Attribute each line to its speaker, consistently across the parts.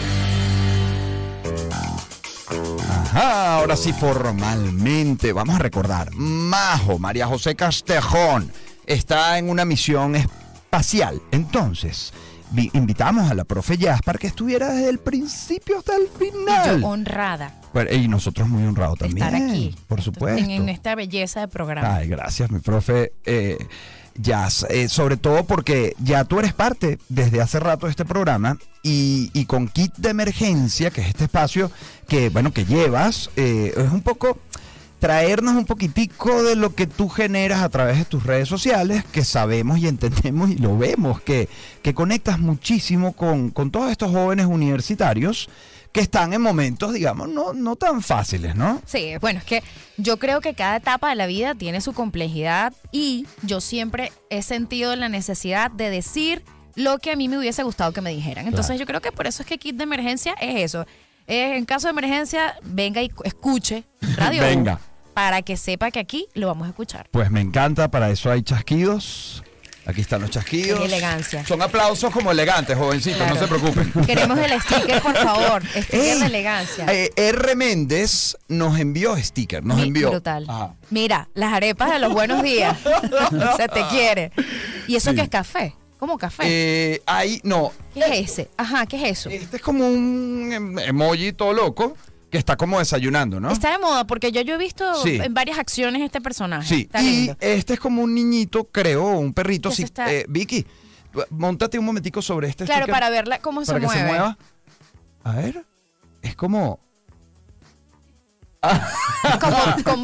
Speaker 1: Ajá, Ah, ahora sí formalmente vamos a recordar. Majo, María José Castejón, está en una misión espacial. Entonces, vi- invitamos a la profe Jazz para que estuviera desde el principio hasta el
Speaker 2: Y
Speaker 1: final.
Speaker 2: yo honrada
Speaker 1: Pero- y nosotros muy honrados
Speaker 2: de
Speaker 1: también.
Speaker 2: estar aquí.
Speaker 1: Por supuesto.
Speaker 2: En, en esta belleza de programa.
Speaker 1: Ay, gracias, mi profe. Eh, Jazz, eh, sobre todo porque ya tú eres parte desde hace rato de este programa y, y con Kit de Emergencia, que es este espacio que, bueno, que llevas, eh, es un poco traernos un poquitico de lo que tú generas a través de tus redes sociales, que sabemos y entendemos y lo vemos, que, que conectas muchísimo con, con todos estos jóvenes universitarios que están en momentos, digamos, no, no tan fáciles, ¿no?
Speaker 2: Sí, bueno, es que yo creo que cada etapa de la vida tiene su complejidad y yo siempre he sentido la necesidad de decir lo que a mí me hubiese gustado que me dijeran. Entonces
Speaker 1: Claro.
Speaker 2: yo creo que por eso es que Kit de Emergencia es eso. Eh, en caso de emergencia, venga y cu- escuche Radio U
Speaker 1: Venga.
Speaker 2: para que sepa que aquí lo vamos a escuchar.
Speaker 1: Pues me encanta, para eso hay chasquidos. Aquí están los chasquidos.
Speaker 2: Qué elegancia.
Speaker 1: Son aplausos como elegantes, jovencitos, no
Speaker 2: Claro.
Speaker 1: se preocupen.
Speaker 2: Queremos el sticker, por favor. Sticker
Speaker 1: Ey,
Speaker 2: de elegancia.
Speaker 1: eh, R. Méndez nos envió sticker, nos
Speaker 2: Mi-
Speaker 1: envió. Ah.
Speaker 2: Brutal.
Speaker 1: Ajá.
Speaker 2: Mira, las arepas de los buenos días. Se te quiere. ¿Y eso
Speaker 1: Sí.
Speaker 2: qué es café? ¿Cómo café?
Speaker 1: Eh, ahí, no.
Speaker 2: ¿Qué es ese? Ajá, ¿qué es eso?
Speaker 1: Este es como un em- emoji todo loco que está como desayunando, ¿no?
Speaker 2: Está de moda porque yo, yo he visto
Speaker 1: Sí.
Speaker 2: en varias acciones este personaje.
Speaker 1: Sí.
Speaker 2: Está
Speaker 1: y
Speaker 2: lindo.
Speaker 1: este es como un niñito, creo, un perrito.
Speaker 2: Eso
Speaker 1: sí.
Speaker 2: está-
Speaker 1: Eh, Vicky, montate un momentico sobre este
Speaker 2: Claro,
Speaker 1: sticker
Speaker 2: para verla cómo se
Speaker 1: para que
Speaker 2: mueve.
Speaker 1: se mueva. A ver, es como...
Speaker 2: Como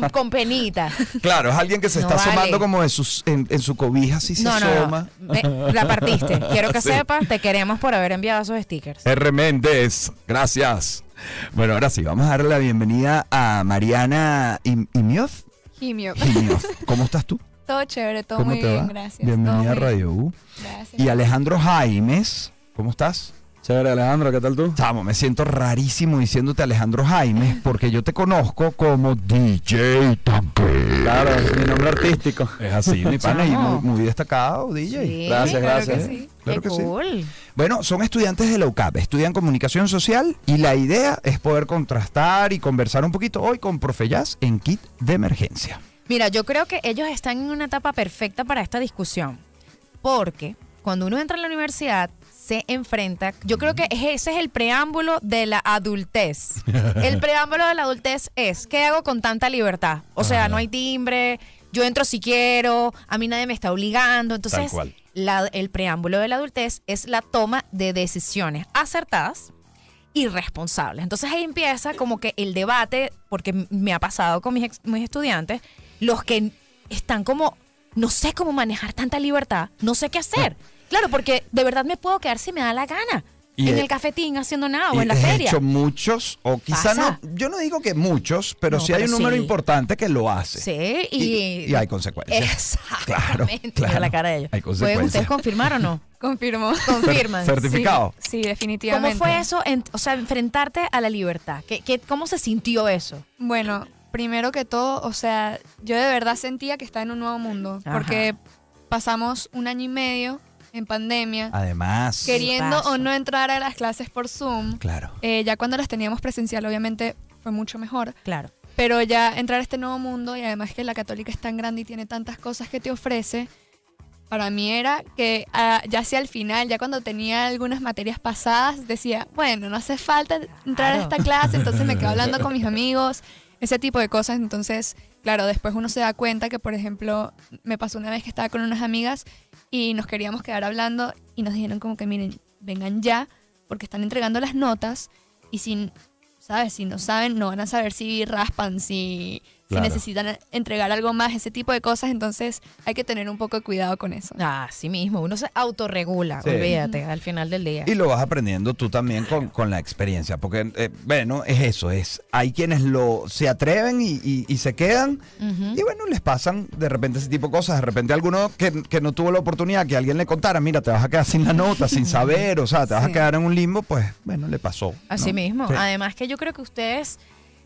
Speaker 2: con, con penita.
Speaker 1: Claro, es alguien que se
Speaker 2: No
Speaker 1: está
Speaker 2: vale.
Speaker 1: asomando como de sus, en, en su cobija, así se
Speaker 2: No, no,
Speaker 1: asoma.
Speaker 2: no. Me- la partiste. Quiero que
Speaker 1: Sí.
Speaker 2: sepas, te queremos por haber enviado esos stickers.
Speaker 1: R. Méndez, gracias. Bueno, ahora sí, vamos a darle la bienvenida a Mariana Im- Imioz.
Speaker 3: Gimio.
Speaker 1: Imioz, ¿Cómo estás tú?
Speaker 3: Todo chévere, todo
Speaker 1: ¿Cómo
Speaker 3: muy
Speaker 1: te
Speaker 3: bien,
Speaker 1: va?
Speaker 3: gracias.
Speaker 1: Bienvenida a
Speaker 3: todo muy bien,
Speaker 1: Radio U.
Speaker 3: Gracias.
Speaker 1: Y Alejandro Jaimes, ¿cómo estás?
Speaker 4: Chévere, Alejandro, ¿qué tal tú?
Speaker 1: Chamo, me siento rarísimo diciéndote Alejandro Jaimes porque yo te conozco como DJ también.
Speaker 4: Claro, mi nombre artístico.
Speaker 1: Es así, mi pana, y
Speaker 2: Chamo.
Speaker 1: muy, muy destacado, DJ.
Speaker 2: Sí,
Speaker 4: gracias,
Speaker 2: claro que
Speaker 4: gracias.
Speaker 2: sí.
Speaker 1: Claro
Speaker 2: Qué
Speaker 1: que sí.
Speaker 2: cool.
Speaker 1: Bueno, son estudiantes de la UCAP, estudian comunicación social y la idea es poder contrastar y conversar un poquito hoy con Profe Jazz en kit de emergencia.
Speaker 2: Mira, yo creo que ellos están en una etapa perfecta para esta discusión. Porque cuando uno entra a la universidad, se enfrenta. Yo creo que es- ese es el preámbulo de la adultez. El preámbulo de la adultez es: ¿qué hago con tanta libertad? O sea, no hay timbre, yo entro si quiero, a mí nadie me está obligando. Entonces,
Speaker 1: cual.
Speaker 2: la- el preámbulo de la adultez es la toma de decisiones acertadas irresponsables. Entonces ahí empieza como que el debate, porque m- me ha pasado con mis, ex- mis estudiantes, los que n- están como, no sé cómo manejar tanta libertad, no sé qué hacer. Claro, porque de verdad me puedo quedar si me da la gana.
Speaker 1: Y
Speaker 2: en
Speaker 1: de-
Speaker 2: el cafetín haciendo
Speaker 1: Y
Speaker 2: nada Ah, o en la
Speaker 1: de
Speaker 2: feria.
Speaker 1: hecho muchos, o quizá
Speaker 2: Pasa.
Speaker 1: no, yo no digo que muchos, pero
Speaker 2: No,
Speaker 1: sí hay
Speaker 2: pero
Speaker 1: un número
Speaker 2: sí.
Speaker 1: importante que lo hace.
Speaker 2: Sí, y,
Speaker 1: Y- y hay consecuencias. Claro,
Speaker 2: Exactamente. Mira
Speaker 1: claro.
Speaker 2: la cara de ellos.
Speaker 1: Hay
Speaker 2: ¿Pueden ustedes
Speaker 1: consecuencias.
Speaker 2: confirmar o no?
Speaker 3: Confirmo.
Speaker 2: Confirman.
Speaker 1: Cer- certificado.
Speaker 3: Sí, sí,
Speaker 2: ¿Cómo
Speaker 3: definitivamente.
Speaker 2: fue eso? En- o sea, enfrentarte a la libertad. ¿Qué, qué, ¿Cómo se sintió eso?
Speaker 3: Bueno, primero que todo, o sea, yo de verdad sentía que estaba en un nuevo mundo.
Speaker 2: Ajá.
Speaker 3: Porque pasamos un año y medio en pandemia,
Speaker 1: Ah, Además,
Speaker 3: queriendo
Speaker 2: Paso.
Speaker 3: o no entrar a las clases por Zoom.
Speaker 1: claro.
Speaker 3: Eh, ya cuando las teníamos presencial, obviamente fue mucho mejor.
Speaker 2: Claro.
Speaker 3: Pero ya entrar a este nuevo mundo y además que la católica es tan grande y tiene tantas cosas que te ofrece, para mí era que ah, ya hacia el final, ya cuando tenía algunas materias pasadas, decía, bueno, no hace falta entrar a
Speaker 2: Claro.
Speaker 3: esta clase, entonces me quedo hablando con mis amigos, ese tipo de cosas. Entonces, claro, después uno se da cuenta que, por ejemplo, me pasó una vez que estaba con unas amigas y nos queríamos quedar hablando y nos dijeron como que, miren, vengan ya, porque están entregando las notas y sin, ¿sabes? Si no saben, no van a saber si raspan, si, si
Speaker 1: Claro.
Speaker 3: necesitan entregar algo más, ese tipo de cosas. Entonces hay que tener un poco de cuidado con eso.
Speaker 2: Así mismo, uno se autorregula,
Speaker 1: Sí.
Speaker 2: olvídate, al final del día.
Speaker 1: Y lo vas aprendiendo tú también con, con la experiencia, porque, eh, bueno, es eso, es, hay quienes lo, se atreven y, y- y se quedan,
Speaker 2: Ujú.
Speaker 1: y bueno, les pasan de repente ese tipo de cosas, de repente alguno que, que no tuvo la oportunidad que alguien le contara, mira, te vas a quedar sin la nota, sin saber, o sea, te vas a
Speaker 3: Sí.
Speaker 1: quedar en un limbo, pues, bueno, le pasó.
Speaker 2: Así
Speaker 1: ¿no?
Speaker 2: mismo.
Speaker 1: Sí. Ah,
Speaker 2: Además que yo creo que ustedes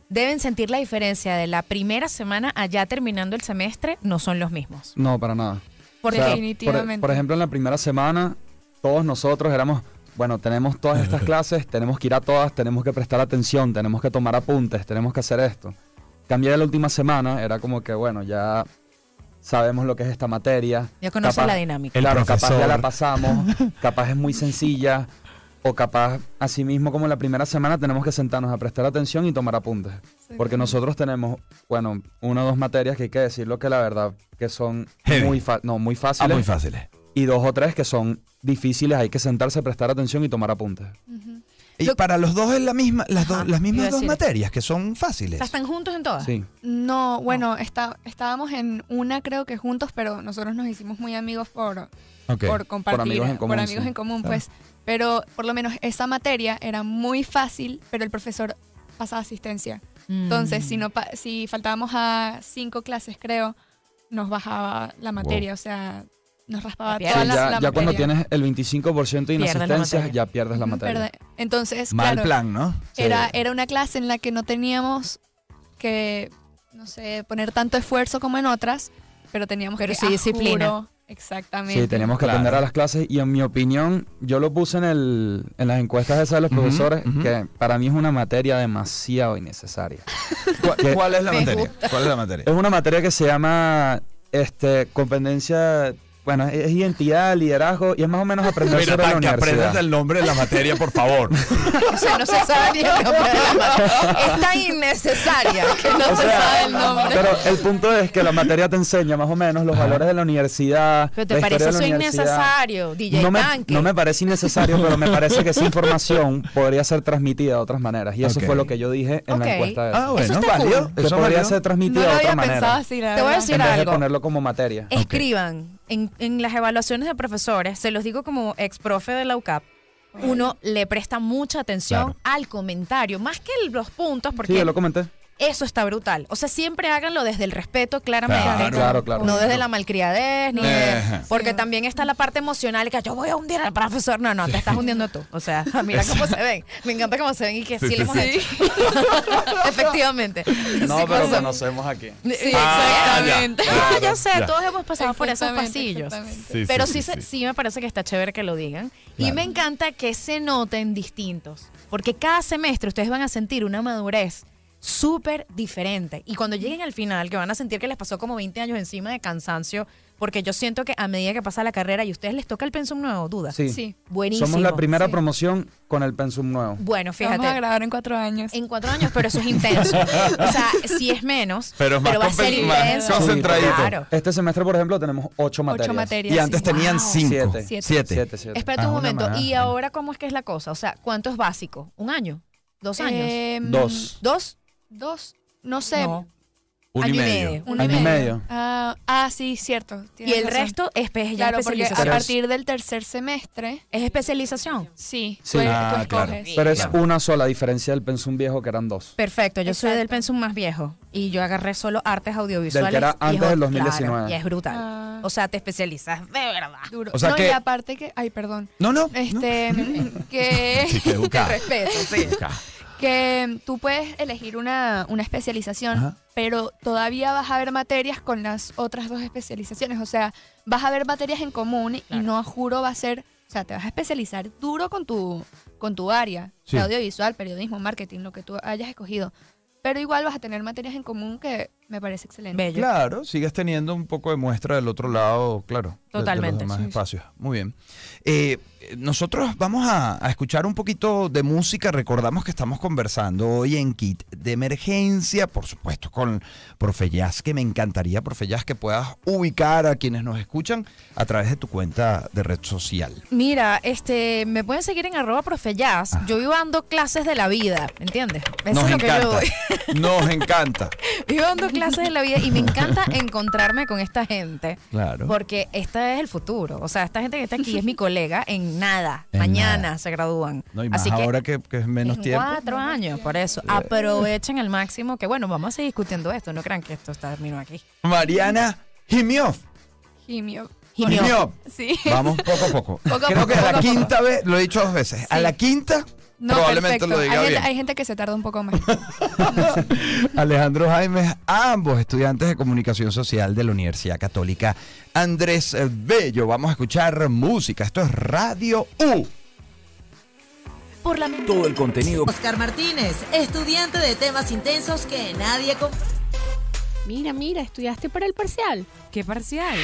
Speaker 2: deben sentir la diferencia de la primera semana allá terminando el semestre, no son los mismos.
Speaker 4: No, para nada.
Speaker 2: ¿Por
Speaker 3: Sí.
Speaker 2: qué?
Speaker 4: por-
Speaker 3: Definitivamente.
Speaker 4: Por, ejemplo, en la primera semana, todos nosotros éramos bueno, tenemos todas estas clases, tenemos que ir a todas, tenemos que prestar atención, tenemos que tomar apuntes, tenemos que hacer esto. Cambié la última semana, era como que, bueno, ya sabemos lo que es esta materia.
Speaker 2: Ya conoces
Speaker 4: Capaz-
Speaker 2: la dinámica.
Speaker 5: El
Speaker 4: claro, capaz ya
Speaker 5: profesor.
Speaker 4: la pasamos, capaz es muy sencilla, o capaz, así mismo como la primera semana, tenemos que sentarnos a prestar atención y tomar apuntes. Porque nosotros tenemos, bueno, una o dos materias que hay que decirlo que la verdad que son
Speaker 5: Heavy.
Speaker 4: muy, fa- no, muy
Speaker 5: Ah,
Speaker 4: fáciles.
Speaker 5: muy fáciles.
Speaker 4: y dos o tres que son difíciles, hay que sentarse, prestar atención y tomar apuntes.
Speaker 3: Ujú.
Speaker 1: Y
Speaker 2: Lo-
Speaker 1: para los dos es la misma, las,
Speaker 2: Ajá,
Speaker 1: dos- las
Speaker 2: iba
Speaker 1: mismas
Speaker 2: a
Speaker 1: dos
Speaker 2: decir.
Speaker 1: materias que son fáciles.
Speaker 2: O sea, ¿Están juntos en
Speaker 3: Ah.
Speaker 2: todas?
Speaker 4: Sí.
Speaker 3: No, bueno, está- estábamos en una creo que juntos, pero nosotros nos hicimos muy amigos por,
Speaker 5: Ok.
Speaker 3: por compartir,
Speaker 4: amigos en común,
Speaker 3: amigos
Speaker 4: sí.
Speaker 3: en común,
Speaker 4: Claro.
Speaker 3: pues. Pero por lo menos esa materia era muy fácil, pero el profesor pasaba asistencia. Entonces,
Speaker 2: Mm.
Speaker 3: si, no pa- si faltábamos a cinco clases, creo, nos bajaba la materia, o sea, nos raspaba
Speaker 2: Sí,
Speaker 3: toda
Speaker 4: Sí,
Speaker 3: la,
Speaker 4: ya
Speaker 3: la
Speaker 4: ya cuando
Speaker 3: materia.
Speaker 4: tienes el 25% de
Speaker 2: Pierdes la
Speaker 4: inasistencias,
Speaker 2: materia.
Speaker 4: ya pierdes la
Speaker 3: Ujú,
Speaker 4: materia.
Speaker 3: perde- Entonces,
Speaker 1: Mal
Speaker 3: claro,
Speaker 1: plan, ¿no?
Speaker 4: Sí.
Speaker 3: era, era una clase en la que no teníamos que, no sé, poner tanto esfuerzo como en otras, pero teníamos
Speaker 2: Pero
Speaker 3: que...
Speaker 2: sí
Speaker 3: ah,
Speaker 2: disciplina.
Speaker 3: juro, exactamente.
Speaker 4: Sí, tenemos que
Speaker 5: Claro.
Speaker 4: atender a las clases y en mi opinión, yo lo puse en, el, en las encuestas esas de los
Speaker 1: Ujú,
Speaker 4: profesores,
Speaker 1: ujú.
Speaker 4: que para mí es una materia demasiado innecesaria.
Speaker 1: ¿Cuál,
Speaker 4: Que-
Speaker 1: cuál es la
Speaker 2: Me
Speaker 1: materia? ¿Cuál es la materia?
Speaker 4: Es una materia que se llama este, competencia, bueno, es identidad, liderazgo y es más o menos aprender
Speaker 5: Mira,
Speaker 4: sobre
Speaker 5: tan
Speaker 4: la
Speaker 5: que
Speaker 4: universidad.
Speaker 5: aprendas el nombre de la materia, por favor.
Speaker 4: Mm.
Speaker 2: O sea, no se sabe ni el nombre de la materia. Es tan innecesaria que no
Speaker 4: O
Speaker 2: se
Speaker 4: sea,
Speaker 2: sabe el nombre.
Speaker 4: Pero el punto es que la materia te enseña más o menos los valores de la universidad.
Speaker 2: Pero
Speaker 4: la
Speaker 2: te
Speaker 4: historia
Speaker 2: parece
Speaker 4: de la
Speaker 2: eso
Speaker 4: universidad.
Speaker 2: innecesario, DJ
Speaker 4: No me,
Speaker 2: Tanque.
Speaker 4: no me parece innecesario, pero me parece que esa información podría ser transmitida de otras maneras. Y eso
Speaker 1: Ok.
Speaker 4: fue lo que yo dije en
Speaker 2: Ok.
Speaker 4: la encuesta. esa.
Speaker 1: Ah, bueno,
Speaker 2: está
Speaker 1: válido.
Speaker 2: cool.
Speaker 4: Que
Speaker 1: Eso
Speaker 4: podría
Speaker 1: válido.
Speaker 4: ser
Speaker 3: No
Speaker 4: transmitida
Speaker 3: lo
Speaker 4: de
Speaker 3: había
Speaker 4: otra
Speaker 3: pensado
Speaker 4: manera.
Speaker 3: así, la
Speaker 2: Te voy a
Speaker 3: verdad.
Speaker 2: decir
Speaker 4: En vez de
Speaker 2: algo. Eh,
Speaker 4: ponerlo como materia.
Speaker 1: Ok.
Speaker 2: Escriban en, en las evaluaciones de profesores, se los digo como ex profe de la UCAP, uno le presta mucha atención
Speaker 5: Claro.
Speaker 2: al comentario, más que el- los puntos, porque
Speaker 4: Sí, yo lo comenté.
Speaker 2: eso está brutal. O sea, siempre háganlo desde el respeto, claramente.
Speaker 5: Claro,
Speaker 4: claro, claro.
Speaker 2: No desde la malcriadez, ni de-
Speaker 5: Ajá.
Speaker 2: Porque
Speaker 3: Sí.
Speaker 2: también está la parte emocional que yo voy a hundir al profesor. No, no, te estás hundiendo tú. O sea, mira cómo se ven. Me encanta cómo se ven y que sí,
Speaker 5: Sí,
Speaker 2: le hemos
Speaker 5: sí,
Speaker 2: hecho. Efectivamente. Sí, cosa-
Speaker 4: conocemos aquí.
Speaker 2: Sí,
Speaker 5: Ah, ya.
Speaker 2: exactamente.
Speaker 5: Claro,
Speaker 2: No, yo sé,
Speaker 5: ya.
Speaker 2: todos hemos pasado por esos
Speaker 3: Exactamente,
Speaker 2: pasillos.
Speaker 3: exactamente.
Speaker 5: Sí,
Speaker 2: Pero sí, se- sí, me parece que está chévere que lo digan. Y
Speaker 5: Claro.
Speaker 2: me encanta que se noten distintos. Porque cada semestre ustedes van a sentir una madurez súper diferente. Y cuando lleguen al final, que van a sentir que les pasó como 20 años encima de cansancio, porque yo siento que a medida que pasa la carrera y a ustedes les toca el pensum nuevo, duda.
Speaker 4: Sí.
Speaker 3: Sí,
Speaker 2: Buenísimo.
Speaker 4: Somos la primera
Speaker 3: Sí.
Speaker 4: promoción con el pensum nuevo.
Speaker 2: Bueno,
Speaker 3: vamos a
Speaker 2: fíjate.
Speaker 3: grabar en cuatro años.
Speaker 2: En cuatro años, pero eso es intenso. o sea, sí es menos,
Speaker 5: Pero es
Speaker 2: pero,
Speaker 5: más
Speaker 2: va a ser
Speaker 5: compen- más
Speaker 2: intenso.
Speaker 5: concentradito.
Speaker 2: Claro.
Speaker 4: Este semestre, por ejemplo, tenemos ocho materias.
Speaker 3: Ocho materias.
Speaker 1: Y antes
Speaker 3: sí.
Speaker 1: tenían
Speaker 2: Wow.
Speaker 1: cinco.
Speaker 4: Siete.
Speaker 1: Ah, Siete.
Speaker 4: Siete, siete.
Speaker 2: Espérate
Speaker 1: Ah,
Speaker 2: un
Speaker 1: una
Speaker 2: momento.
Speaker 1: más.
Speaker 2: ¿Y ahora cómo es que es la cosa? O sea, ¿cuánto es básico? ¿Un año? ¿Dos años?
Speaker 3: Em,
Speaker 4: Dos.
Speaker 2: ¿Dos?
Speaker 3: Dos, no sé.
Speaker 2: No.
Speaker 5: Un y
Speaker 2: Año y
Speaker 5: medio.
Speaker 2: medio.
Speaker 3: Uno
Speaker 4: Año y medio.
Speaker 3: Ah, ah, sí, cierto.
Speaker 2: Y
Speaker 3: tienes
Speaker 2: el
Speaker 3: razón.
Speaker 2: resto es pe- ya
Speaker 3: Claro, porque a
Speaker 2: especialización.
Speaker 3: partir del tercer semestre,
Speaker 2: es especialización.
Speaker 3: sí, tú,
Speaker 4: Sí.
Speaker 3: tú
Speaker 5: Ah, claro.
Speaker 3: escoges.
Speaker 4: Pero es
Speaker 5: Claro.
Speaker 4: una sola, a diferencia del pensum viejo, que eran dos.
Speaker 2: Perfecto, yo soy
Speaker 3: Exacto.
Speaker 2: del pensum más viejo y yo agarré solo artes audiovisuales.
Speaker 4: Del que era
Speaker 2: y es
Speaker 4: antes del
Speaker 2: ot-
Speaker 4: 2019.
Speaker 2: claro, y es brutal.
Speaker 3: Ah.
Speaker 2: O sea, te especializas de verdad.
Speaker 3: Duro.
Speaker 1: O sea
Speaker 3: no,
Speaker 1: que-
Speaker 3: y aparte que, ay, perdón,
Speaker 1: No, no. no.
Speaker 3: este, que,
Speaker 5: Sí, qué educada.
Speaker 3: Te respeto, sí. que tú puedes elegir una, una especialización,
Speaker 1: Ajá.
Speaker 3: pero todavía vas a ver materias con las otras dos especializaciones, o sea, vas a ver materias en común
Speaker 2: Claro.
Speaker 3: y no juro va a ser, o sea, te vas a especializar duro con tu, con tu área,
Speaker 1: Sí.
Speaker 3: de audiovisual, periodismo, marketing, lo que tú hayas escogido, pero igual vas a tener materias en común que me parece excelente.
Speaker 2: Bello.
Speaker 1: Claro, sigues teniendo un poco de muestra del otro lado, claro. de-
Speaker 2: Totalmente.
Speaker 1: De, los demás
Speaker 2: Sí, sí.
Speaker 1: espacios. Muy bien. Eh, nosotros vamos a, a escuchar un poquito de música. Recordamos que estamos conversando hoy en Kit de Emergencia, por supuesto, con Profe Jazz, que me encantaría, Profe Jazz, que puedas ubicar a quienes nos escuchan a través de tu cuenta de red social.
Speaker 2: Mira, este, me pueden seguir en arroba profeyaz. Yo vivo dando clases de la vida, ¿entiendes? Eso
Speaker 1: Ah. nos
Speaker 2: es lo que yo
Speaker 1: encanta.
Speaker 2: doy.
Speaker 1: Nos encanta.
Speaker 2: Vivo dando clases de la vida y me encanta encontrarme con esta gente.
Speaker 1: Claro.
Speaker 2: Porque esta es el futuro. O sea, esta gente que está aquí es mi colega en nada.
Speaker 1: En
Speaker 2: Mañana
Speaker 1: nada.
Speaker 2: se gradúan.
Speaker 1: No, y más
Speaker 2: Así que
Speaker 1: ahora que, que es menos
Speaker 2: en
Speaker 1: tiempo.
Speaker 2: cuatro años, por eso. Aprovechen al máximo que, bueno, vamos a seguir discutiendo esto. No crean que esto está terminó aquí.
Speaker 1: Mariana Jimioff.
Speaker 3: Gimio.
Speaker 2: Jimio.
Speaker 1: Jimioff.
Speaker 3: Sí.
Speaker 1: Vamos poco a poco.
Speaker 3: Poco a
Speaker 1: Creo
Speaker 3: poco,
Speaker 1: que a
Speaker 3: poco
Speaker 1: la
Speaker 3: a poco.
Speaker 1: quinta vez, lo he dicho dos veces, a
Speaker 3: Sí.
Speaker 1: la quinta
Speaker 3: No,
Speaker 1: probablemente
Speaker 3: perfecto.
Speaker 1: lo diga
Speaker 3: hay,
Speaker 1: bien.
Speaker 3: Gente, hay gente que se tarda un poco más.
Speaker 1: Alejandro Jaimes, ambos estudiantes de comunicación social de la Universidad Católica Andrés Bello. Vamos a escuchar música. Esto es Radio U.
Speaker 2: por la...
Speaker 6: Todo el contenido
Speaker 7: Oscar Martínez, estudiante de temas intensos que nadie com-
Speaker 8: Mira, mira, estudiaste para el parcial.
Speaker 2: ¡Qué parcial!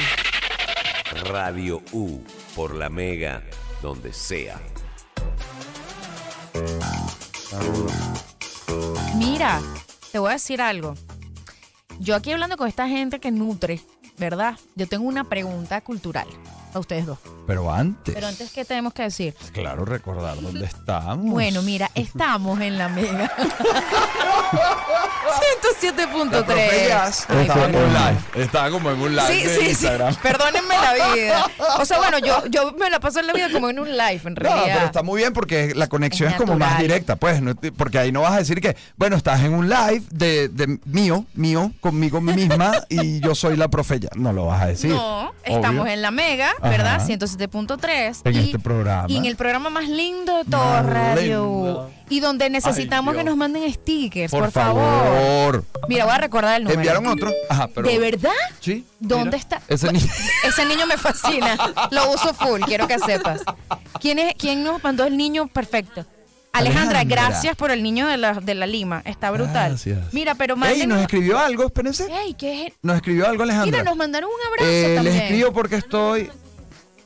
Speaker 9: Radio U por la Mega, donde sea.
Speaker 2: Mira, te voy a decir algo. Yo aquí hablando con esta gente que nutre, ¿verdad? Yo tengo una pregunta cultural a ustedes dos.
Speaker 1: Pero antes.
Speaker 2: Pero antes, ¿qué tenemos que decir?
Speaker 1: Claro, recordar dónde estamos.
Speaker 2: Bueno, mira, estamos en la mega.
Speaker 1: La profe
Speaker 2: 107.3.
Speaker 1: Jazz
Speaker 2: Ay,
Speaker 1: está
Speaker 2: bueno.
Speaker 1: online.
Speaker 5: Estaba como en un live
Speaker 2: Sí,
Speaker 5: de
Speaker 2: sí, sí.
Speaker 5: Instagram.
Speaker 2: Perdónenme la vida. O sea, bueno, yo, yo me la paso en la vida como en un live, en
Speaker 1: No,
Speaker 2: realidad.
Speaker 1: pero está muy bien porque la conexión
Speaker 2: Es
Speaker 1: es, como más
Speaker 2: natural.
Speaker 1: directa, pues, no te- porque ahí no vas a decir que, bueno, estás en un live de, de mío, mío, conmigo misma y yo soy la profe ya. No lo vas a decir.
Speaker 2: no, estamos
Speaker 1: obvio.
Speaker 2: en la mega, ¿verdad?
Speaker 1: Ajá.
Speaker 2: 107.3.
Speaker 1: En
Speaker 2: y-
Speaker 1: este programa.
Speaker 2: Y en el programa más lindo de todo,
Speaker 1: Más
Speaker 2: Radio.
Speaker 1: lindo.
Speaker 2: Y donde necesitamos
Speaker 5: Ay,
Speaker 2: que
Speaker 5: Dios.
Speaker 2: nos manden stickers, por, favor. Mira, voy a recordar el número.
Speaker 1: Enviaron otro. Ajá, pero.
Speaker 2: ¿De verdad?
Speaker 1: Sí. mira.
Speaker 2: ¿Dónde está?
Speaker 1: Ese ni-
Speaker 2: Ese niño me fascina. Lo uso full, quiero que sepas. ¿Quién, es, quién nos mandó el niño perfecto? Alejandra,
Speaker 1: Alejandra.
Speaker 2: gracias por el niño de la, de la Lima. Está brutal.
Speaker 1: Gracias.
Speaker 2: Mira, pero
Speaker 1: Ey, nos
Speaker 2: manden.
Speaker 1: escribió algo, espérense.
Speaker 2: Ey, ¿qué es?
Speaker 1: Nos escribió algo, Alejandra.
Speaker 2: Mira, nos mandaron un abrazo
Speaker 1: Eh,
Speaker 2: también.
Speaker 1: les escribo porque estoy.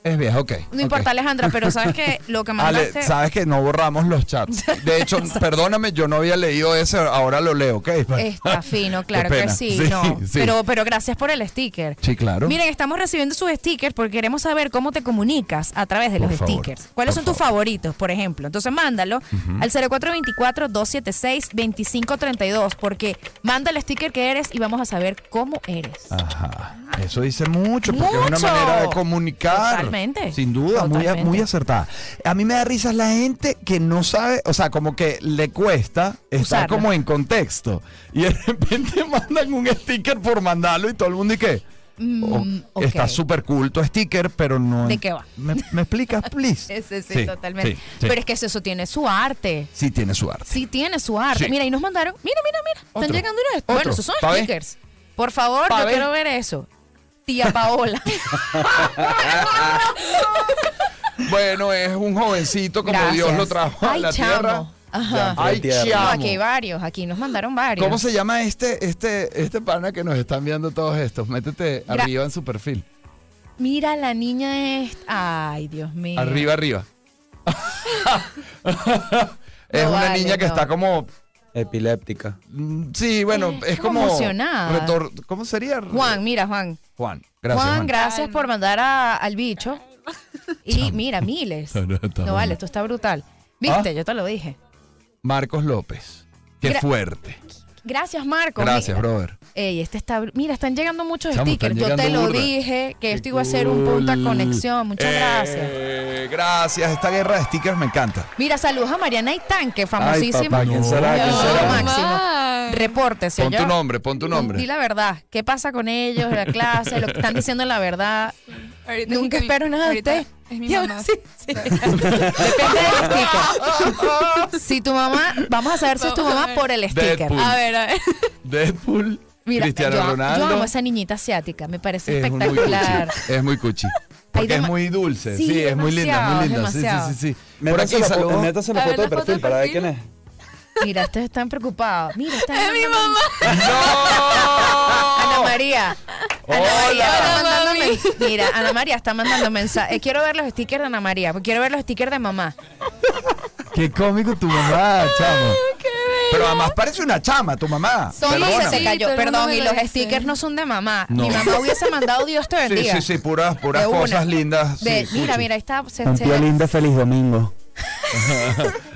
Speaker 1: Es vieja, ok.
Speaker 2: No importa, Alejandra, pero sabes que lo que
Speaker 1: Ale,
Speaker 2: mandaste.
Speaker 1: sabes que no borramos los chats. De hecho, perdóname, yo no había leído ese, ahora lo leo, ¿ok?
Speaker 2: Está fino, claro
Speaker 1: Qué
Speaker 2: que
Speaker 1: pena.
Speaker 2: sí,
Speaker 1: Sí,
Speaker 2: no.
Speaker 1: sí.
Speaker 2: Pero, pero gracias por el sticker.
Speaker 1: Sí, claro.
Speaker 2: Miren, estamos recibiendo sus stickers porque queremos saber cómo te comunicas a través de
Speaker 1: Por
Speaker 2: los
Speaker 1: favor,
Speaker 2: stickers. ¿Cuáles
Speaker 1: por
Speaker 2: son tus favoritos, por ejemplo? Entonces mándalo al 0424-276-2532 porque manda el sticker que eres y vamos a saber cómo eres.
Speaker 1: Ah. Ajá. Eso dice mucho, porque es
Speaker 2: Mucho.
Speaker 1: una manera de comunicar.
Speaker 2: Totalmente.
Speaker 1: Sin duda, muy, a-
Speaker 2: Totalmente.
Speaker 1: muy acertada. A mí me da risa la gente que no sabe, o sea, como que le cuesta estar
Speaker 2: Usarla.
Speaker 1: como en contexto. Y de repente mandan un sticker por mandarlo y todo el mundo y que.
Speaker 2: Mm,
Speaker 1: o-
Speaker 2: ok.
Speaker 1: Está súper culto sticker, pero no.
Speaker 2: ¿De qué va?
Speaker 1: ¿Me, me explicas, please?
Speaker 2: Ese sí,
Speaker 1: Sí,
Speaker 2: totalmente.
Speaker 1: sí, sí.
Speaker 2: Pero es que eso, eso tiene su arte.
Speaker 1: Sí, tiene su arte.
Speaker 2: Sí tiene su arte.
Speaker 1: Sí.
Speaker 2: Mira, y nos mandaron. Mira, mira, mira. Están
Speaker 1: Otro.
Speaker 2: llegando unos.
Speaker 1: Otro.
Speaker 2: Bueno, esos son
Speaker 1: Pa' ver.
Speaker 2: stickers. Por favor,
Speaker 1: Pa'
Speaker 2: yo
Speaker 1: ver.
Speaker 2: quiero ver eso. Tía Paola.
Speaker 1: Bueno, es un jovencito como
Speaker 2: Gracias.
Speaker 1: Dios lo trajo a
Speaker 2: Ay,
Speaker 1: la
Speaker 2: chamo.
Speaker 1: tierra.
Speaker 2: Ajá.
Speaker 1: Ay,
Speaker 4: Tierra.
Speaker 2: No,
Speaker 1: chamo.
Speaker 2: aquí hay varios, aquí nos mandaron varios.
Speaker 1: ¿Cómo se llama este, este, este pana que nos están viendo todos estos? Métete
Speaker 2: Gra-
Speaker 1: arriba en su perfil.
Speaker 2: Mira, la niña es. Ay, Dios mío.
Speaker 1: Arriba, arriba. es
Speaker 2: No
Speaker 1: una
Speaker 2: vale,
Speaker 1: niña que
Speaker 2: no.
Speaker 1: está como.
Speaker 4: Epiléptica.
Speaker 1: mm, Sí, bueno,
Speaker 2: Es
Speaker 1: es como.
Speaker 2: conmocionada.
Speaker 1: retor- ¿Cómo sería?
Speaker 2: Juan, mira, Juan.
Speaker 1: Juan, gracias.
Speaker 2: Juan,
Speaker 1: Juan.
Speaker 2: gracias por mandar a- al bicho. Y mira, miles.
Speaker 1: No, no, está
Speaker 2: No
Speaker 1: bueno.
Speaker 2: vale, esto está brutal. Viste,
Speaker 1: Ah.
Speaker 2: yo te lo dije.
Speaker 1: Marcos López. Qué
Speaker 2: Gra-
Speaker 1: fuerte.
Speaker 2: Gracias, Marco.
Speaker 1: Gracias,
Speaker 2: Mi-
Speaker 1: brother.
Speaker 2: Ey, este está. br- Mira, están llegando muchos
Speaker 1: Chamo,
Speaker 2: stickers.
Speaker 1: están
Speaker 2: Yo te
Speaker 1: llegando
Speaker 2: lo
Speaker 1: burda.
Speaker 2: dije, que
Speaker 1: Qué
Speaker 2: esto iba a ser un punto de
Speaker 1: cool.
Speaker 2: conexión. Muchas
Speaker 1: Eh,
Speaker 2: gracias.
Speaker 1: Gracias, esta guerra de stickers me encanta.
Speaker 2: Mira, saludos a Mariana Itán, que famosísima.
Speaker 4: papá, ¿quién será? ¿Quién
Speaker 2: No,
Speaker 4: será?
Speaker 2: Máximo. Repórtese,
Speaker 1: Pon tu
Speaker 2: ¿oyó?
Speaker 1: nombre, pon tu nombre.
Speaker 2: Di la verdad. ¿Qué pasa con ellos, la clase, lo que están diciendo la verdad?
Speaker 3: Ahorita es
Speaker 2: Nunca
Speaker 3: mi-
Speaker 2: espero nada de
Speaker 3: ahorita
Speaker 2: usted.
Speaker 3: Es mi
Speaker 2: Y ahora
Speaker 3: mamá.
Speaker 2: sí, sí. Depende del sticker. si tu mamá, vamos a saber si es tu
Speaker 3: Vamos a
Speaker 2: mamá
Speaker 3: ver.
Speaker 2: por el sticker. Ah,
Speaker 1: Deadpool.
Speaker 3: A ver, a ver.
Speaker 1: Deadpool,
Speaker 2: Mira,
Speaker 1: Cristiano
Speaker 2: yo,
Speaker 1: Ronaldo.
Speaker 2: yo amo a esa niñita asiática, me parece
Speaker 1: Es muy
Speaker 2: espectacular.
Speaker 1: cuchi, Es muy cuchi. Porque es
Speaker 2: dema-
Speaker 1: muy dulce.
Speaker 2: Sí,
Speaker 1: Sí, es muy linda, muy linda. Sí,
Speaker 2: demasiado,
Speaker 1: sí, sí, sí. Por
Speaker 4: Métase
Speaker 1: aquí
Speaker 4: la fo-
Speaker 1: saludos.
Speaker 4: Métase la
Speaker 3: A ver,
Speaker 4: foto de
Speaker 3: la foto
Speaker 4: perfil
Speaker 3: de
Speaker 4: para ver
Speaker 3: perfil.
Speaker 4: quién es.
Speaker 2: Mira, ustedes están preocupados. Mira, están
Speaker 3: Es mi mamá.
Speaker 2: Ana María. Ana María está
Speaker 3: Hola,
Speaker 2: mandando men- Mira, Ana María está mandando mensaje. Eh, quiero ver los stickers de Ana María, porque quiero ver los stickers de mamá.
Speaker 1: Qué cómico tu mamá, chamo. Pero además parece una chama tu mamá.
Speaker 2: Todo se
Speaker 1: Perdóname.
Speaker 2: te cayó,
Speaker 3: Sí, todo el mundo
Speaker 2: perdón,
Speaker 3: me
Speaker 2: y
Speaker 3: lo
Speaker 2: los
Speaker 3: dice.
Speaker 2: stickers no son de mamá.
Speaker 1: No.
Speaker 2: Mi mamá hubiese mandado Dios te
Speaker 1: Sí,
Speaker 2: bendiga.
Speaker 1: sí, sí, puras, puras
Speaker 2: De una.
Speaker 1: cosas lindas.
Speaker 2: De-
Speaker 1: sí,
Speaker 2: mira,
Speaker 1: cuchi.
Speaker 2: mira, ahí está. se-
Speaker 4: Un
Speaker 2: se-
Speaker 4: tío lindo, feliz domingo.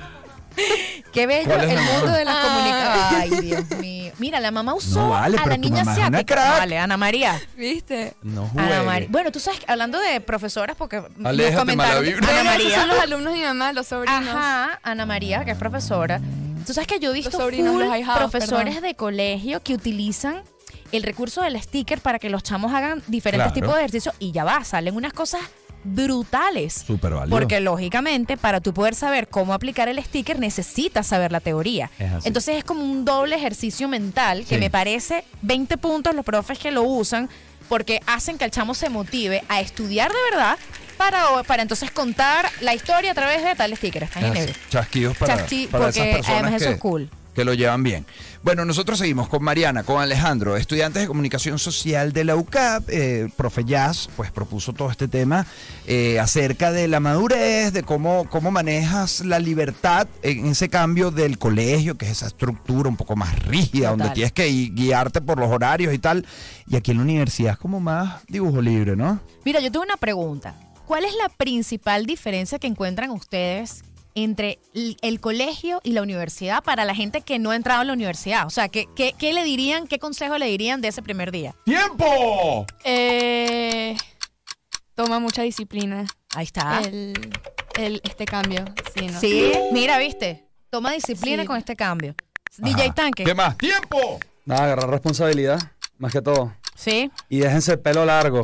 Speaker 2: qué bello
Speaker 1: ¿Cuál es
Speaker 2: el
Speaker 1: la
Speaker 2: mundo
Speaker 1: mamá?
Speaker 2: de las
Speaker 3: Ah.
Speaker 2: comunicaciones. Ay, Dios mío. Mira, la mamá usó
Speaker 1: No vale,
Speaker 2: a la
Speaker 1: pero tu
Speaker 2: niña
Speaker 1: mamá es una
Speaker 2: asiática.
Speaker 1: crack.
Speaker 2: Vale, Ana María.
Speaker 3: ¿Viste?
Speaker 1: No
Speaker 2: Ana
Speaker 1: juegues.
Speaker 2: María. Bueno, tú sabes, que hablando de profesoras, porque nos
Speaker 1: Aléjate, mala
Speaker 2: comentaron.
Speaker 1: vibra.
Speaker 2: Ana
Speaker 3: Bueno, esos
Speaker 2: María.
Speaker 3: son los alumnos de mi mamá, los sobrinos.
Speaker 2: Ajá, Ana María, que es profesora. Tú sabes que yo he visto
Speaker 3: sobrinos,
Speaker 2: full
Speaker 3: los ahijados,
Speaker 2: profesores
Speaker 3: perdón.
Speaker 2: de colegio que utilizan el recurso del sticker para que los chamos hagan diferentes
Speaker 1: Claro.
Speaker 2: tipos de ejercicios y ya va, salen unas cosas brutales.
Speaker 1: Súper válido.
Speaker 2: Porque lógicamente para tú poder saber cómo aplicar el sticker necesitas saber la teoría.
Speaker 1: Es así.
Speaker 2: Entonces es como un doble ejercicio mental que
Speaker 1: Sí.
Speaker 2: me parece 20 puntos los profes que lo usan porque hacen que el chamo se motive a estudiar de verdad para, o- para entonces contar la historia a través de tal sticker. Están en
Speaker 1: Así,
Speaker 2: negro.
Speaker 1: Chasquidos para,
Speaker 2: Chasqui-
Speaker 1: para
Speaker 2: porque
Speaker 1: esas personas
Speaker 2: además
Speaker 1: que,
Speaker 2: eso es cool.
Speaker 1: que lo llevan bien. Bueno, nosotros seguimos con Mariana, con Alejandro, estudiantes de comunicación social de la UCAP. Eh, profe Jazz, pues propuso todo este tema eh, acerca de la madurez, de cómo, cómo manejas la libertad en ese cambio del colegio, que es esa estructura un poco más rígida, donde
Speaker 2: Total.
Speaker 1: tienes que gui- guiarte por los horarios y tal. Y aquí en la universidad es como más dibujo libre, ¿no?
Speaker 2: Mira, yo tengo una pregunta. ¿Cuál es la principal diferencia que encuentran ustedes entre l- el colegio y la universidad para la gente que no ha entrado a la universidad? O sea, ¿qué, qué, qué le dirían, qué consejo le dirían de ese primer día?
Speaker 5: ¡Tiempo!
Speaker 3: Eh, toma mucha disciplina
Speaker 2: Ahí está.
Speaker 3: el, el- este cambio. Sí, ¿no?
Speaker 2: Ah. Sí, mira, viste. Toma disciplina
Speaker 3: Sí.
Speaker 2: con este cambio. DJ Tanque.
Speaker 5: ¿Qué más? ¡Tiempo!
Speaker 4: Nada, agarrar responsabilidad, más que todo.
Speaker 2: Sí.
Speaker 4: Y déjense el pelo largo.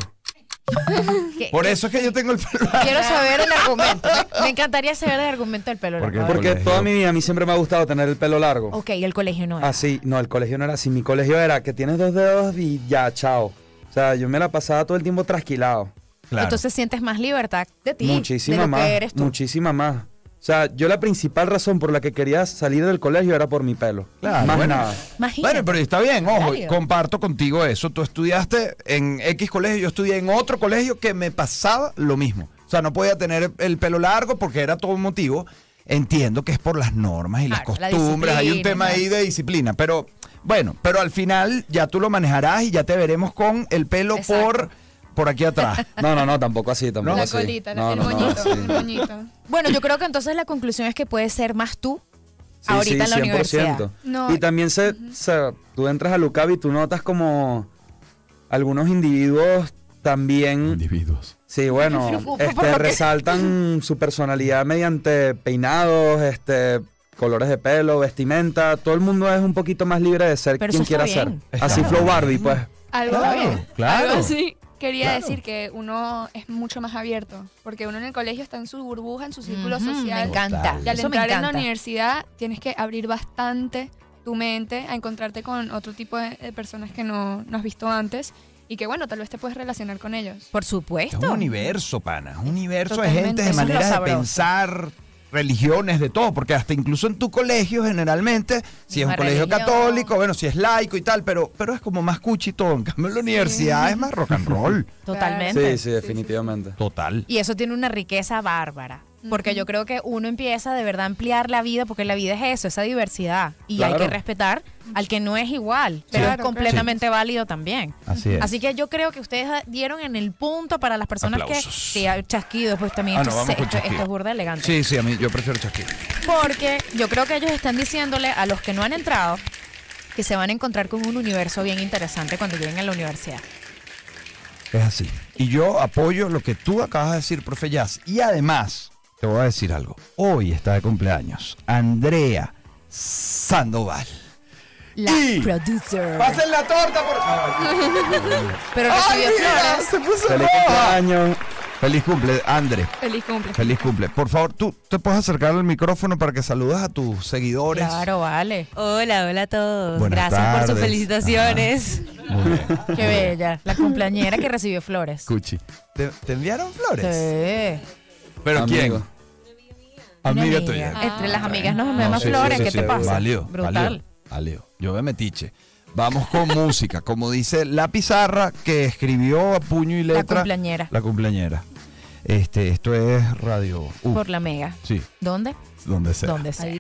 Speaker 2: ¿Qué-
Speaker 1: Por eso es que yo tengo el pelo.
Speaker 2: Quiero saber el argumento. Me- Me encantaría saber el argumento del pelo.
Speaker 1: ¿Por qué?
Speaker 2: largo.
Speaker 4: Porque
Speaker 1: Colegio.
Speaker 4: toda mi vida a mí siempre me ha gustado tener el pelo largo.
Speaker 2: Ah, Ok, y el colegio no es.
Speaker 4: Así, Ah, no, el colegio no era así. Mi colegio era que tienes dos dedos y ya, chao. O sea, yo me la pasaba todo el tiempo trasquilado.
Speaker 2: Entonces sientes más libertad de ti.
Speaker 4: muchísima
Speaker 2: de lo
Speaker 4: más.
Speaker 2: que eres tú.
Speaker 4: Muchísima más. O sea, yo la principal razón por la que quería salir del colegio era por mi pelo.
Speaker 1: Claro,
Speaker 4: más
Speaker 1: bueno.
Speaker 4: nada.
Speaker 2: Imagínate.
Speaker 1: Bueno, pero está bien, ojo,
Speaker 2: Válido.
Speaker 1: comparto contigo eso. Tú estudiaste en X colegio, yo estudié en otro colegio que me pasaba lo mismo. O sea, no podía tener el pelo largo porque era todo un motivo. Entiendo que es por las normas y las
Speaker 2: Claro, la
Speaker 1: costumbres, hay un
Speaker 2: disciplina,
Speaker 1: tema ahí de disciplina, pero bueno, pero al final ya tú lo manejarás y ya te veremos con el pelo
Speaker 2: Exacto.
Speaker 1: por por aquí atrás.
Speaker 4: No, no, no, tampoco así, tampoco
Speaker 3: La
Speaker 4: así.
Speaker 3: colita, la-
Speaker 4: No,
Speaker 3: el
Speaker 4: no, no,
Speaker 3: moñito,
Speaker 4: sí.
Speaker 3: el moñito.
Speaker 2: Bueno, yo creo que entonces la conclusión es que puedes ser más tú
Speaker 4: Sí,
Speaker 2: ahorita
Speaker 4: sí,
Speaker 2: en la
Speaker 4: 100%.
Speaker 2: universidad.
Speaker 3: No.
Speaker 4: Y también se, se- tú entras a Lucavi y tú notas como algunos individuos también,
Speaker 5: Individuos.
Speaker 4: sí, bueno,
Speaker 2: preocupo por lo
Speaker 4: este,
Speaker 2: que-
Speaker 4: resaltan su personalidad mediante peinados, este, colores de pelo, vestimenta. Todo el mundo es un poquito más libre de ser
Speaker 2: Pero
Speaker 4: quien
Speaker 2: eso está
Speaker 4: quiera
Speaker 2: bien.
Speaker 4: ser. Así Flow Barbie, pues.
Speaker 3: Algo,
Speaker 1: Claro, claro.
Speaker 3: algo así. Quería
Speaker 1: Claro.
Speaker 3: decir que uno es mucho más abierto, porque uno en el colegio está en su burbuja, en su círculo
Speaker 2: Ujú,
Speaker 3: social.
Speaker 2: Me encanta.
Speaker 3: Y al
Speaker 2: Eso me
Speaker 3: entrar en la
Speaker 2: encanta.
Speaker 3: universidad tienes que abrir bastante tu mente a encontrarte con otro tipo de, de personas que no, no has visto antes y que bueno, tal vez te puedes relacionar con ellos.
Speaker 2: Por
Speaker 1: Es
Speaker 2: supuesto.
Speaker 1: un universo, pana, es un universo de
Speaker 3: Totalmente.
Speaker 1: gente, de
Speaker 2: Eso es lo
Speaker 1: maneras de
Speaker 2: sabroso.
Speaker 1: pensar, religiones, de todo, porque hasta incluso en tu colegio generalmente, si es un
Speaker 2: Misma
Speaker 1: colegio
Speaker 2: religión.
Speaker 1: católico, bueno, si es laico y tal, pero, pero es como más cuchi todo, en cambio en la universidad es más rock and roll.
Speaker 2: Totalmente.
Speaker 4: Sí, sí, definitivamente.
Speaker 1: Total.
Speaker 2: Y eso tiene una riqueza bárbara. Porque yo creo que uno empieza de verdad a ampliar la vida, porque la vida es eso, esa diversidad. Y hay que
Speaker 4: Claro.
Speaker 2: respetar al que no es igual, pero
Speaker 3: Claro,
Speaker 2: es
Speaker 3: claro.
Speaker 2: completamente válido también.
Speaker 1: Así es.
Speaker 2: Así que yo creo que ustedes dieron en el punto para las personas que...
Speaker 5: Aplausos.
Speaker 2: Sí, chasquidos, pues también
Speaker 1: Ah,
Speaker 2: esto,
Speaker 1: no, vamos
Speaker 2: es-
Speaker 1: con
Speaker 2: esto- esto es
Speaker 1: chasquidos.
Speaker 2: burda elegante.
Speaker 1: Sí, sí, a mí yo prefiero Shakira.
Speaker 2: Porque yo creo que ellos están diciéndole a los que no han entrado que se van a encontrar con un universo bien interesante cuando lleguen a la universidad.
Speaker 1: Es así. Y yo apoyo lo que tú acabas de decir, profe Jazz. Y además, te voy a decir algo. Hoy está de cumpleaños Andrea Sandoval.
Speaker 2: La
Speaker 1: Y-
Speaker 2: producer.
Speaker 1: ¡Pasen la torta, por favor!
Speaker 2: Pero recibió flores.
Speaker 1: se puso
Speaker 4: Feliz cumpleaños.
Speaker 1: Feliz cumple, André.
Speaker 3: Feliz cumple.
Speaker 1: Feliz cumple. Por favor, tú te puedes acercar al micrófono para que saludas a tus seguidores.
Speaker 2: Claro, vale.
Speaker 6: Hola, hola a todos.
Speaker 1: Buenas
Speaker 6: Gracias por
Speaker 1: tardes.
Speaker 6: sus felicitaciones.
Speaker 1: Muy bien.
Speaker 2: Qué bella. La cumpleañera que recibió flores.
Speaker 5: Cuchi.
Speaker 1: ¿Te, te enviaron flores?
Speaker 2: Sí.
Speaker 5: ¿Pero
Speaker 4: Amigo.
Speaker 5: quién?
Speaker 2: Una
Speaker 5: Amiga
Speaker 2: amiga.
Speaker 5: tuya.
Speaker 2: Entre
Speaker 6: Ah.
Speaker 2: las amigas nos
Speaker 5: No,
Speaker 2: vemos
Speaker 5: sí,
Speaker 2: flores.
Speaker 5: sí,
Speaker 2: ¿Qué
Speaker 5: sí,
Speaker 2: te
Speaker 5: sí,
Speaker 2: pasa?
Speaker 1: Valió,
Speaker 2: Brutal.
Speaker 1: valió, valió. Yo de metiche. Vamos con música, como dice la pizarra que escribió a puño y
Speaker 2: La
Speaker 1: letra.
Speaker 2: cumpleañera.
Speaker 1: La cumpleañera. Este, esto es Radio U.
Speaker 2: Por la mega.
Speaker 1: Sí,
Speaker 2: ¿Dónde?
Speaker 1: donde sea.
Speaker 2: ¿Dónde sea.